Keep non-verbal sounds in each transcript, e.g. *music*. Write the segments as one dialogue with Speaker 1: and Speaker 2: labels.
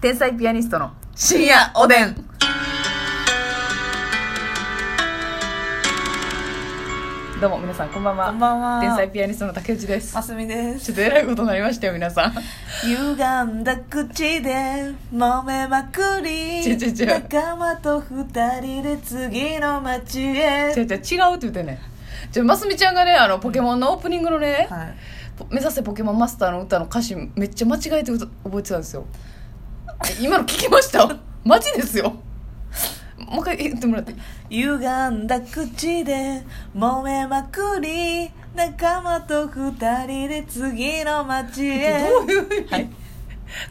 Speaker 1: 天才ピアニストの深夜おでん。どうも皆さんこんばんは。
Speaker 2: こんばんは
Speaker 1: 天才ピアニストの竹内です。
Speaker 2: ますみで
Speaker 1: ち
Speaker 2: す
Speaker 1: ょっとえらいことになりましたよ皆さん。
Speaker 2: 歪んだ口で揉めまくり
Speaker 1: ちょちょちょ
Speaker 2: 仲間と二人で次の街へ
Speaker 1: 違う違う違うって言ってね。じゃあますみちゃんがねあのポケモンのオープニングのね、
Speaker 2: はい
Speaker 1: ポ目指せポケモンマスターの歌の歌詞めっちゃ間違えて歌覚えてたんですよ。え今の聞きま *laughs* した。マジですよ。もう一回言ってもらっていい。
Speaker 2: 歪んだ口で揉めまくり仲間と二人で次の街へ
Speaker 1: どういう意味。
Speaker 2: はい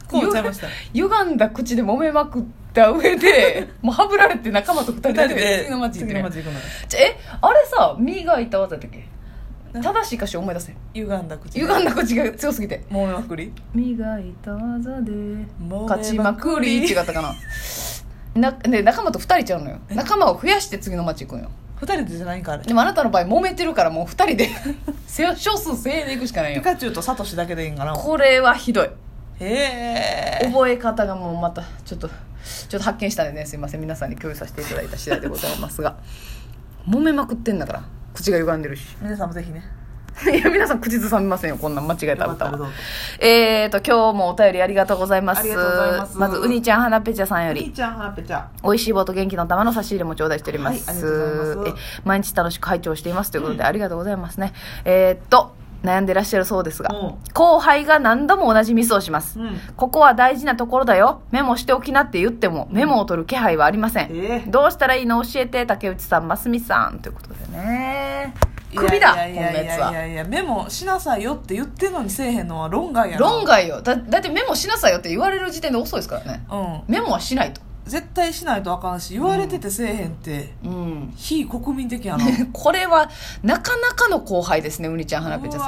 Speaker 2: こうちゃい
Speaker 1: *laughs*
Speaker 2: ました
Speaker 1: ゆ歪んだ口で揉めまくった上
Speaker 2: *laughs*
Speaker 1: でもうはぶられて仲間と二人で次の街行って
Speaker 2: 次の
Speaker 1: ね
Speaker 2: 街行くの
Speaker 1: ちょえあれさ磨いた技だったっけ
Speaker 2: な
Speaker 1: 正しい歌詞思い出せん
Speaker 2: 歪んだ口で
Speaker 1: 歪んだ口が強すぎて
Speaker 2: 揉めまくり
Speaker 1: 磨いた技で
Speaker 2: 揉めまくり
Speaker 1: 勝ちまくり違ったかななで仲間と二人ちゃうのよ仲間を増やして次の街行くんよ
Speaker 2: 二人でじゃないんから
Speaker 1: でもあなたの場合揉めてるからもう二人で *laughs* 少数精鋭でいくしかない
Speaker 2: ピ
Speaker 1: よ
Speaker 2: カチュウとサトシだけでいいんかな
Speaker 1: これはひどい
Speaker 2: へえ
Speaker 1: 覚え方がもうまたちょっとちょっと発見したんでねすいません皆さんに共有させていただいた次第でございますが *laughs* 揉めまくってんだから口が歪んでるし
Speaker 2: 皆さんもぜひね
Speaker 1: いや皆さん口ずさみませんよこんなん間違えた
Speaker 2: よかっ
Speaker 1: 歌
Speaker 2: たらどう
Speaker 1: は
Speaker 2: ぞ
Speaker 1: えーと今日もお便りありがとうございます
Speaker 2: ありがとうございます
Speaker 1: まずうにちゃんはなぺちゃさんよ
Speaker 2: ピ
Speaker 1: り
Speaker 2: ーちゃんはなぺちゃん
Speaker 1: 美味しい棒と元気の玉の差し入れも頂戴しております,、
Speaker 2: はいありがとうございます
Speaker 1: え毎日楽しく拝聴していますということで、ありがとうございますねえー、っと悩んでらっしゃるそうですが、
Speaker 2: うん
Speaker 1: 後輩が何度も同じミスをします、
Speaker 2: うん
Speaker 1: ここは大事なところだよメモしておきなって言ってもメモを取る気配はありません、
Speaker 2: ええ
Speaker 1: どうしたらいいの教えて竹内さんますみさんということでねクビだ
Speaker 2: いやいやいやい
Speaker 1: こ
Speaker 2: や
Speaker 1: ん
Speaker 2: い
Speaker 1: なや
Speaker 2: やいやメモしなさいよって言ってんのにせえへんのは論外や
Speaker 1: つ
Speaker 2: な
Speaker 1: は論外よだだってメモしなさいよって言われる時点で遅いですからね
Speaker 2: うん
Speaker 1: メモはしないと
Speaker 2: 絶対しないとあかんし言われててせえへんって、
Speaker 1: うん
Speaker 2: 非国民的やな
Speaker 1: これはなかなかの後輩ですねうにちゃんはなぺちゃさ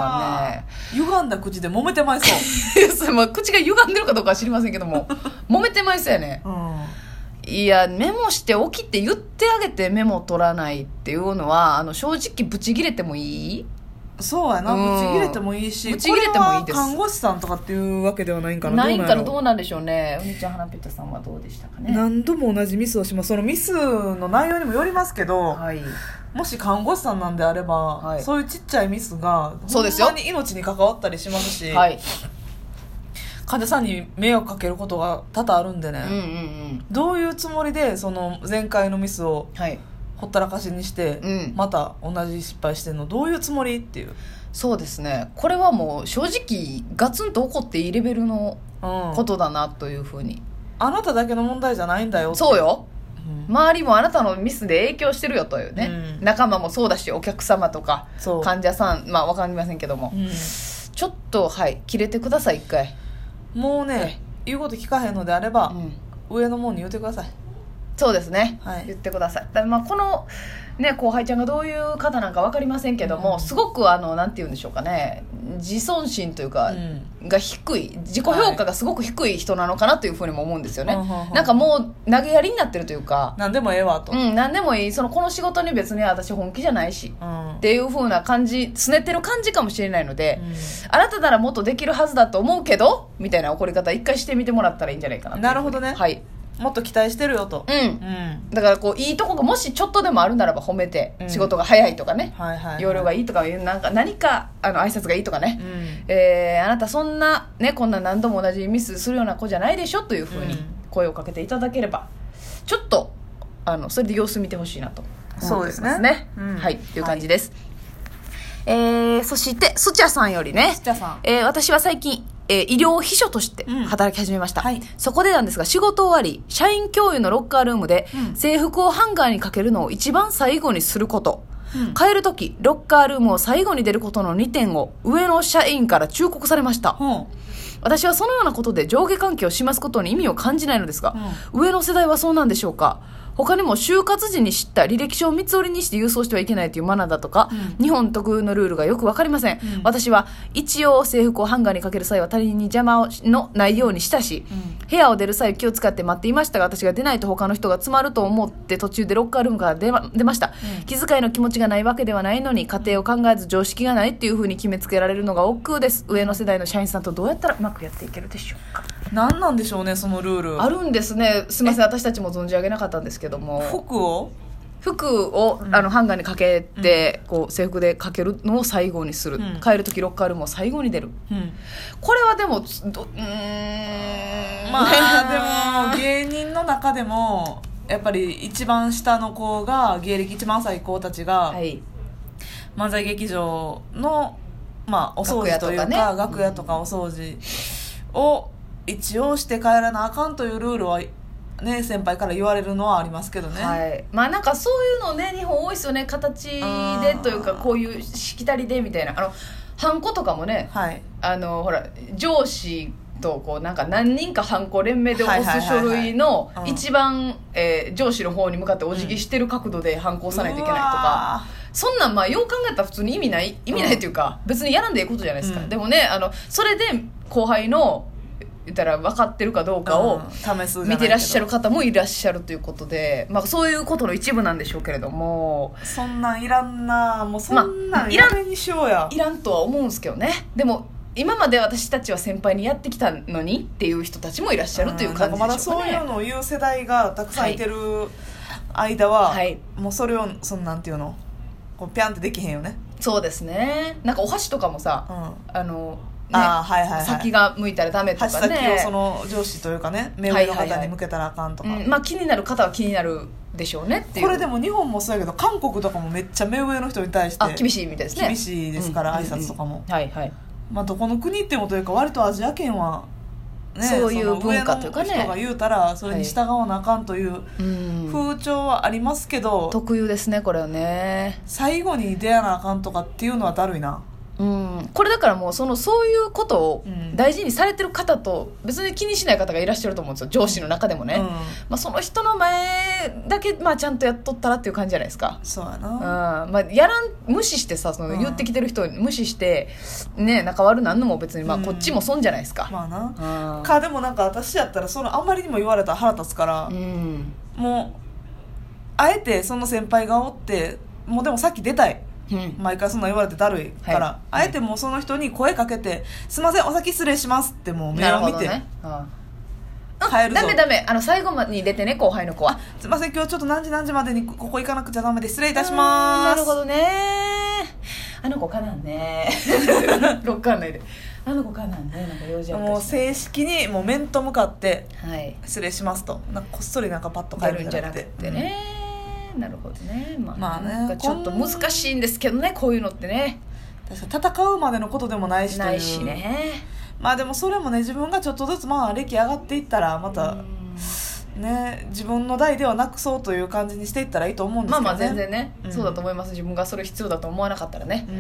Speaker 1: んね
Speaker 2: うわ歪んだ口で揉めてまいそ
Speaker 1: *laughs* それまあ口が歪んでるかどうかは知りませんけど
Speaker 2: *laughs*
Speaker 1: も揉めてまいそうやね *laughs*
Speaker 2: う、うん、
Speaker 1: いやメモして起きって言ってあげてメモ取らないっていうのはあの正直ブチギレてもいい
Speaker 2: そうやな
Speaker 1: うん
Speaker 2: ぶち切れてもいいし
Speaker 1: ぶち切れてもいいです
Speaker 2: これは看護師さんとかっていうわけではないんかな
Speaker 1: ないんから
Speaker 2: どう
Speaker 1: ど
Speaker 2: な
Speaker 1: うなんでしょうねうにちゃんはなぺたさんはどうでしたか
Speaker 2: んやろ
Speaker 1: ね
Speaker 2: 何度も同じミスをしますそのミスの内容にもよりますけど、
Speaker 1: はい
Speaker 2: もし看護師さんなんであれば、
Speaker 1: はい
Speaker 2: そういうちっちゃいミスが
Speaker 1: そうですよ
Speaker 2: ほんまに命に関わったりしますし、
Speaker 1: はい
Speaker 2: 患者さんに迷惑かけることが多々あるんでね、
Speaker 1: うんうんうん
Speaker 2: どういうつもりでその前回のミスを
Speaker 1: はい
Speaker 2: ほったらかしにして、
Speaker 1: うん
Speaker 2: また同じ失敗してんのどういうつもりっていう、うん、
Speaker 1: そうですねこれはもう正直ガツンと怒っていいレベルのこ
Speaker 2: あ
Speaker 1: とだなというふうに、
Speaker 2: なただけの問題じゃないんだよって
Speaker 1: そうよ
Speaker 2: うん
Speaker 1: 周りもあなたのミスで影響してるよというね、
Speaker 2: うん
Speaker 1: 仲間もそうだしお客様とか
Speaker 2: そう
Speaker 1: 患者さんまあわかりませんけども、
Speaker 2: う
Speaker 1: ちょっとはい切れてください一回、
Speaker 2: んもうね、
Speaker 1: はい
Speaker 2: 言うこと聞かへんのであれば、上のもんに言ってください
Speaker 1: そうですね、
Speaker 2: はい
Speaker 1: 言ってくださいだからまあこの、ね、後輩ちゃんがどういう方なんかわかりませんけども、
Speaker 2: うん
Speaker 1: すごくあのなんて言うんでしょうかね自尊心というか、
Speaker 2: うん
Speaker 1: が低い自己評価がすごく低い人なのかなというふうにも思うんですよね、
Speaker 2: うんうんうん
Speaker 1: なんかもう投げやりになってるというか、
Speaker 2: 何でもええわと、
Speaker 1: うん、何でもいいそのこの仕事に別に私本気じゃないし
Speaker 2: うん
Speaker 1: っていう風な感じ拗ねてる感じかもしれないので、
Speaker 2: う
Speaker 1: あなたならもっとできるはずだと思うけどみたいな怒り方一回してみてもらったらいいんじゃないかなと
Speaker 2: なるほどね
Speaker 1: はい
Speaker 2: んもっと期待してるよと
Speaker 1: う、ん
Speaker 2: うん
Speaker 1: だからこういいとこがもしちょっとでもあるならば褒めて、
Speaker 2: うん
Speaker 1: 仕事が早いとかね、
Speaker 2: はいはい、
Speaker 1: 容量が
Speaker 2: い、
Speaker 1: いいとかなんか何かあの挨拶がいいとかね、
Speaker 2: うん、
Speaker 1: えーあなたそんなねこんな何度も同じミスするような子じゃないでしょというふうに
Speaker 2: うん
Speaker 1: 声をかけていただければちょっとあのそれで様子見てほしいなと思っておりま
Speaker 2: そうですねうん
Speaker 1: はいという感じです、えーそしてスチャさんよりね
Speaker 2: スチャさん
Speaker 1: えー私は最近、えー医療秘書として働き始めました、
Speaker 2: うんはい
Speaker 1: そこでなんですが仕事終わり社員共有のロッカールームで、
Speaker 2: うん
Speaker 1: 制服をハンガーにかけるのを一番最後にすること、
Speaker 2: うん
Speaker 1: 帰る時ロッカールームを最後に出ることの2点を上の社員から忠告されました
Speaker 2: ほ
Speaker 1: 私はそのようなことで上下関係を示すことに意味を感じないのですが、上の世代はそうなんでしょうか他にも就活時に知った履歴書を三つ折りにして郵送してはいけないというマナーだとか、
Speaker 2: うん
Speaker 1: 日本特有のルールがよくわかりません、
Speaker 2: うん
Speaker 1: 私は一応制服をハンガーにかける際は他人に邪魔をしのないようにしたし、
Speaker 2: う
Speaker 1: 部屋を出る際気を使って待っていましたが私が出ないと他の人が詰まると思って途中でロッカールームから出ま出ました、
Speaker 2: うん
Speaker 1: 気遣いの気持ちがないわけではないのに家庭を考えず常識がないっていうふうに決めつけられるのが億劫です上の世代の社員さんとどうやったらうまくやっていけるでしょうか
Speaker 2: 何なんでしょうねそのルール
Speaker 1: あるんですねすみません私たちも存じ上げなかったんですけども
Speaker 2: 服を
Speaker 1: 服を、
Speaker 2: うん
Speaker 1: あのハンガーにかけて、こう制服でかけるのを最後にする、
Speaker 2: うん
Speaker 1: 帰る時ロッカールームを最後に出る
Speaker 2: うん
Speaker 1: これはでもつどうーん
Speaker 2: まあ *laughs* でも芸人の中でもやっぱり一番下の子が芸歴一番浅い子たちが
Speaker 1: はい
Speaker 2: 漫才劇場の、まあ、お掃除というか
Speaker 1: 楽
Speaker 2: 楽
Speaker 1: 屋とか
Speaker 2: 屋,、
Speaker 1: ね
Speaker 2: とかお掃除を一応して帰らなあかんというルールはね先輩から言われるのはありますけどね、
Speaker 1: はい、まあなんかそういうのね日本多いですよね形でというか
Speaker 2: あー
Speaker 1: こういうしきたりでみたいなあのハンコとかもね
Speaker 2: はい
Speaker 1: あのほら上司とこうなんか何人かハンコ連名で押す書類の
Speaker 2: はいはいはいはいうん
Speaker 1: 一番、えー上司の方に向かってお辞儀してる角度でハンコ押さないといけないとか、そんなんまあよう考えたら普通に意味ない意味ないっていうか、別にやらんでいいことじゃないですか、
Speaker 2: うん
Speaker 1: でもねあのそれで後輩の言ったら分かってるかどう
Speaker 2: うわ
Speaker 1: か
Speaker 2: ー
Speaker 1: を、
Speaker 2: うん試すじゃないけど
Speaker 1: 見てらっしゃる方もいらっしゃるということで、まあ、そういうことの一部なんでしょうけれども
Speaker 2: そんなんいらんなもうそん
Speaker 1: ま
Speaker 2: な
Speaker 1: あ
Speaker 2: ん
Speaker 1: い
Speaker 2: い
Speaker 1: ら
Speaker 2: ら
Speaker 1: ん
Speaker 2: んにしようや、
Speaker 1: いらんとは思うんですけどねでも今まで私たちは先輩にやってきたのにっていう人たちもいらっしゃるという感じ
Speaker 2: んなんかま
Speaker 1: で
Speaker 2: だ
Speaker 1: しょう
Speaker 2: そう
Speaker 1: かね
Speaker 2: いうのを言う世代がたくさんいてる間は、
Speaker 1: はい
Speaker 2: もうそれをそのなんていうのこうピャンってできへんよね、
Speaker 1: そうですねなんかお箸とかも
Speaker 2: う
Speaker 1: さ
Speaker 2: ん
Speaker 1: あの、ね、
Speaker 2: ああはいはいはい
Speaker 1: 先が向いたらダメとか
Speaker 2: 八
Speaker 1: ね
Speaker 2: 先をその上司というかね目上の方に向けたらあかんとか、
Speaker 1: うんまあ、気になる方は気になるでしょうねっていう
Speaker 2: これでも日本もそうやけど韓国とかもめっちゃ目上の人に対して
Speaker 1: あ厳しいみたいですね
Speaker 2: 厳しいですから、
Speaker 1: うん
Speaker 2: 挨拶とかも、
Speaker 1: はいはい
Speaker 2: まあ、どこの国ってもというか割とアジア圏は、ね、
Speaker 1: そういう
Speaker 2: その
Speaker 1: 文化というかね
Speaker 2: 上の人が言うたらそれに従わなあかんという
Speaker 1: うん
Speaker 2: 風潮はありますけど、
Speaker 1: 特有ですねこれはね
Speaker 2: 最後に出やなあかんとかっていうのはだるいな
Speaker 1: うん、これだからもうそのそういうことを
Speaker 2: うん
Speaker 1: 大事にされてる方と別に気にしない方がいらっしゃると思うんですよ上司の中でもね、
Speaker 2: うん
Speaker 1: まあ、その人の前だけ、まあ、ちゃんとやっとったらっていう感じじゃないですか、
Speaker 2: そうや
Speaker 1: うん
Speaker 2: な、
Speaker 1: まあ、やらん無視してさその
Speaker 2: うん
Speaker 1: 言ってきてる人を無視して、ね、仲悪なんのも別に、まあ、
Speaker 2: うん
Speaker 1: こっちも損じゃないですか、
Speaker 2: まあな
Speaker 1: うん
Speaker 2: かでもなんか私やったらそのあんまりにも言われたら腹立つから、
Speaker 1: うん
Speaker 2: もうあえてその先輩がおってもうでもさっき出たい
Speaker 1: うん
Speaker 2: 毎回そんな言われてだるいから、
Speaker 1: はい
Speaker 2: あえてもうその人に声かけて「すいませんお先失礼します」ってもう目
Speaker 1: なる
Speaker 2: を
Speaker 1: ほ
Speaker 2: 見
Speaker 1: ど
Speaker 2: て、
Speaker 1: ね、うん
Speaker 2: 帰るぞ
Speaker 1: ダメダメあの最後までに出てね後輩の子は
Speaker 2: すいません今日ちょっと何時何時までにこここ行かなくちゃダメで失礼いたしま
Speaker 1: な
Speaker 2: す
Speaker 1: るほどねあの子かなん
Speaker 2: *laughs*
Speaker 1: ねロッカー内であの子かなんねなんか用事ある
Speaker 2: もう
Speaker 1: かしら
Speaker 2: 正式にもう面と向かって
Speaker 1: はい
Speaker 2: 「失礼しますと」なんかこっそりなんかパッと帰
Speaker 1: 出
Speaker 2: る
Speaker 1: る
Speaker 2: ん
Speaker 1: んじ
Speaker 2: じゃ
Speaker 1: ゃ
Speaker 2: な
Speaker 1: な
Speaker 2: く
Speaker 1: く
Speaker 2: て
Speaker 1: てね、なるほどねまあ、
Speaker 2: まあね
Speaker 1: なんかちょっと難しいんですけどねこういうのってね
Speaker 2: うん確かに戦うまでのことでもないしという
Speaker 1: ないしね
Speaker 2: まあでもそれもね自分がちょっとずつまあ歴上がっていったらま
Speaker 1: う
Speaker 2: た
Speaker 1: ん
Speaker 2: ね自分の代ではなくそうという感じにしていったらいいと思うんで
Speaker 1: ますあ
Speaker 2: け
Speaker 1: ま
Speaker 2: ど
Speaker 1: あ全
Speaker 2: ね
Speaker 1: 然ね、
Speaker 2: うん
Speaker 1: そうだと思います自分がそれ必要だと思わなかったらね、
Speaker 2: うん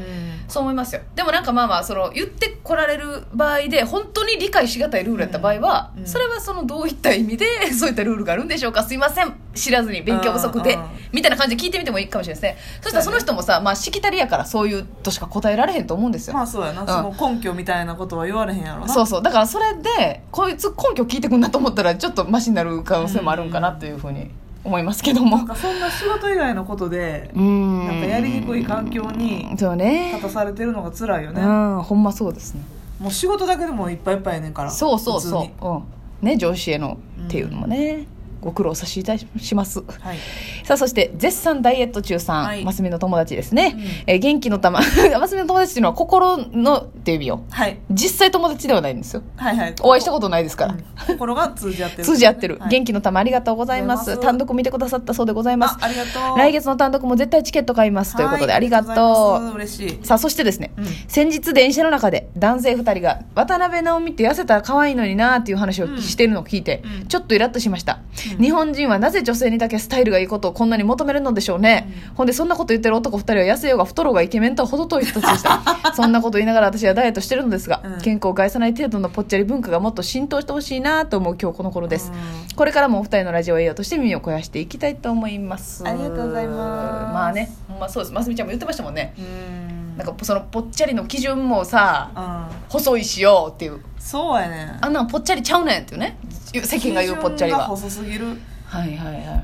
Speaker 1: そう思いますよでもなんかまあまあその言ってこられる場合で本当に理解しがたいルールやった場合は、
Speaker 2: うんうん
Speaker 1: それはそのどういった意味で *laughs* そういったルールがあるんでしょうかすいません知らずに勉強不足で
Speaker 2: うんうん
Speaker 1: みたいな感じで聞いてみてもいいかもしれないですねそしたらその人もさ、まあ、しきたりやからそういうとしか答えられへんと思うんですよ、
Speaker 2: まあそうやな、その根拠みたいなことは言われへんやろな
Speaker 1: そうそうだからそれでこいつ根拠聞いてくんなと思ったらちょっとマシになる可能性もあるんかなというふうに思いますけども
Speaker 2: なんかそんな仕事以外のことで
Speaker 1: うん
Speaker 2: なんかやりにくい環境に
Speaker 1: そう
Speaker 2: 立
Speaker 1: ね
Speaker 2: たされてるのが辛いよ
Speaker 1: う
Speaker 2: ね、
Speaker 1: んほんまそうですね
Speaker 2: もう仕事だけでもいっぱいいっぱいやねんから
Speaker 1: そうそう
Speaker 2: 普通
Speaker 1: そ
Speaker 2: に
Speaker 1: う、うん、ね上司へのっていうのもね、ご苦労させていただします
Speaker 2: はい
Speaker 1: さあそして絶賛ダイエット中さん、
Speaker 2: はい
Speaker 1: マスミの友達ですね、
Speaker 2: うん
Speaker 1: えー元気の玉 *laughs* マスミの友達っていうのは心のっていう意味よ
Speaker 2: はい
Speaker 1: 実際友達ではないんですよ
Speaker 2: はいはい
Speaker 1: お会いしたことないですから、
Speaker 2: うん心が通じ合ってる、
Speaker 1: 通じ合ってる、
Speaker 2: はい
Speaker 1: 元気の玉ありがとうございます
Speaker 2: ありがとうござい
Speaker 1: 単
Speaker 2: ます
Speaker 1: 独見てくださったそうでございます
Speaker 2: あありがとう
Speaker 1: 来月の単独も絶対チケット買いますということで、
Speaker 2: は
Speaker 1: ありが
Speaker 2: あり
Speaker 1: と
Speaker 2: がとうございます嬉しいう
Speaker 1: さあそしてですね、
Speaker 2: うん
Speaker 1: 先日電車の中で男性2人が渡辺直美って痩せたら可愛いのになーっていう話をしてるのを聞いて、
Speaker 2: うん
Speaker 1: ちょっとイラッとしました、
Speaker 2: うん
Speaker 1: 日本人はなぜ女性にだけスタイルがいいことをこんなに求めるのでしょうね、ほんでそんなこと言ってる男2人は痩せようが太ろうがイケメンとは程遠い人たちでした
Speaker 2: *laughs*
Speaker 1: そんなこと言いながら私はダイエットしてるのですが、
Speaker 2: うん
Speaker 1: 健康を害さない程度のぽっちゃり文化がもっと浸透してほしいなと思う今日この頃です、
Speaker 2: うん
Speaker 1: これからもお二人のラジオ栄養として耳を肥やしていきたいと思います
Speaker 2: ありがとうございます
Speaker 1: まあねほんまそうですますみちゃんも言ってましたもんね
Speaker 2: うん
Speaker 1: なんかそのぽっちゃりの基準もさ
Speaker 2: う
Speaker 1: 細いしようっていうん
Speaker 2: そうやねん
Speaker 1: あんなんぽっちゃりちゃうねんっていうね世間が言うぽっちゃり
Speaker 2: 基準が
Speaker 1: は
Speaker 2: 細すぎる
Speaker 1: はいはいは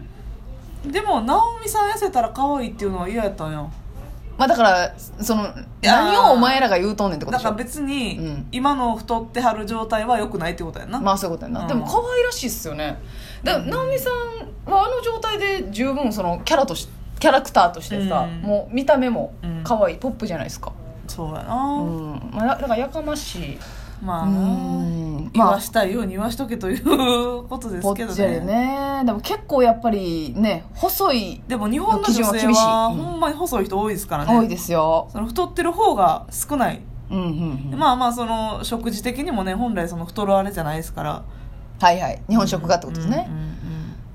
Speaker 1: い
Speaker 2: でも直美さん痩せたら可愛いっていうのは嫌やったんよ
Speaker 1: まあだからその
Speaker 2: やー
Speaker 1: 何をお前らが言うとんねんってこと
Speaker 2: だ
Speaker 1: でし
Speaker 2: から
Speaker 1: ょ
Speaker 2: 別
Speaker 1: う
Speaker 2: に
Speaker 1: ん
Speaker 2: 今の太ってはる状態は良くないってことやな、
Speaker 1: まあそういうことやな、
Speaker 2: うん
Speaker 1: でも可愛らしいっすよねだから直美さんはあの状態で十分そのキャラとしキャラクターとしてさ、
Speaker 2: うん
Speaker 1: もう見た目も
Speaker 2: うん
Speaker 1: 可愛い、ポップじゃないですか
Speaker 2: そうや
Speaker 1: う
Speaker 2: な、
Speaker 1: ん、まあ、だだからやかましい
Speaker 2: まあな、
Speaker 1: うん
Speaker 2: 言
Speaker 1: ま
Speaker 2: わ
Speaker 1: あ
Speaker 2: したいように言わしとけということで
Speaker 1: ぽ
Speaker 2: す
Speaker 1: っち
Speaker 2: けど
Speaker 1: ゃりねでも結構やっぱりね細い
Speaker 2: でも日本の女性
Speaker 1: 基準は厳し
Speaker 2: はい
Speaker 1: うん
Speaker 2: ほんまに細い人多いですからね、
Speaker 1: 多いですよ、
Speaker 2: その太ってる方が少ない、
Speaker 1: うんうんうん
Speaker 2: まあまあその食事的にもね本来その太るあれじゃないですから
Speaker 1: はいはい日本食がってことですね、
Speaker 2: うんうんうん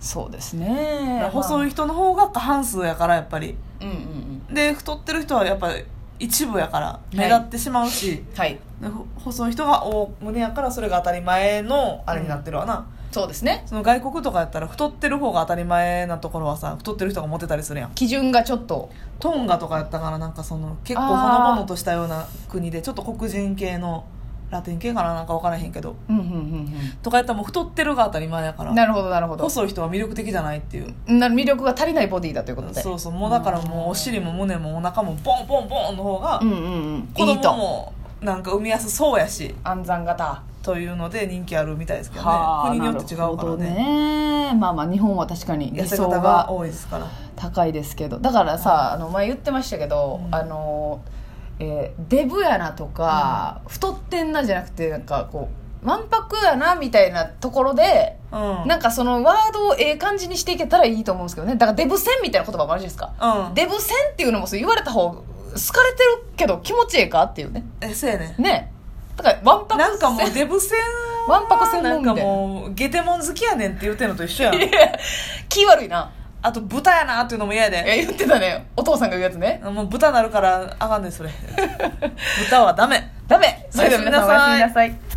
Speaker 1: そうです
Speaker 2: だか
Speaker 1: ね
Speaker 2: ら細
Speaker 1: い、
Speaker 2: い人の方が過半数やからやっぱり
Speaker 1: うんうんうん
Speaker 2: で太ってる人はやっぱ一部やから
Speaker 1: い
Speaker 2: 目立ってしまうし、
Speaker 1: はい
Speaker 2: でほ細い人が大胸やからそれが当たり前のあれになってるわな、
Speaker 1: そうですね
Speaker 2: その外国とかやったら太ってる方が当たり前なところはさ太ってる人がモテたりするやん
Speaker 1: 基準がちょっと
Speaker 2: トンガとかやったからなんかその結構ほ
Speaker 1: あー
Speaker 2: のぼのとしたような国でちょっと黒人系のラテン系かななんか分からへんけど
Speaker 1: うんうんうん
Speaker 2: とかやったらもう太ってるが当たり前やか
Speaker 1: う
Speaker 2: ら
Speaker 1: んなるほどなるほど
Speaker 2: 細い人は魅力的じゃないっていう
Speaker 1: な魅力が足りないボディだということで
Speaker 2: そうそうもうだからもうお尻も胸もお腹もボンボンボンの方が
Speaker 1: うんうんう
Speaker 2: 子
Speaker 1: んいい
Speaker 2: 供
Speaker 1: と
Speaker 2: もなんか産みやすそうやし
Speaker 1: 暗算型
Speaker 2: というので人気あるみたいですけどね
Speaker 1: はあ
Speaker 2: 国によって違う
Speaker 1: な
Speaker 2: か
Speaker 1: るほ
Speaker 2: ら
Speaker 1: ど
Speaker 2: ね
Speaker 1: ねまあまあ日本は確かに
Speaker 2: 痩
Speaker 1: 理
Speaker 2: せ
Speaker 1: 想
Speaker 2: 方
Speaker 1: が
Speaker 2: が多いですから
Speaker 1: 高いですけどだからさあの前言ってましたけど、
Speaker 2: うん
Speaker 1: あの、えーデブやなとか、太ってんなじゃなくてなんかこうわんぱくやなみたいなところで、
Speaker 2: うん
Speaker 1: なんかそのワードをええ感じにしていけたらいいと思うんですけどねだからデブ戦みたいな言葉もあるじゃないですか、
Speaker 2: うん
Speaker 1: デブ戦っていうのもそう言われた方好かれてるけど気持ちええかっていうね
Speaker 2: えそうやね
Speaker 1: ねだからわんぱく
Speaker 2: なんかもう
Speaker 1: 戦
Speaker 2: デブ戦
Speaker 1: わんぱく専
Speaker 2: な
Speaker 1: 門
Speaker 2: ん
Speaker 1: みた
Speaker 2: か
Speaker 1: いな
Speaker 2: もうゲテモン好きやねんって言うてんのと一
Speaker 1: *laughs*
Speaker 2: 緒やん
Speaker 1: 気悪いな
Speaker 2: あと豚やなっていうのも嫌やで
Speaker 1: え言ってたねお父さんが言うやつね
Speaker 2: もう豚なるからあかんねんそれ豚はダメ
Speaker 1: ダメそれでは皆さんおやすみなさい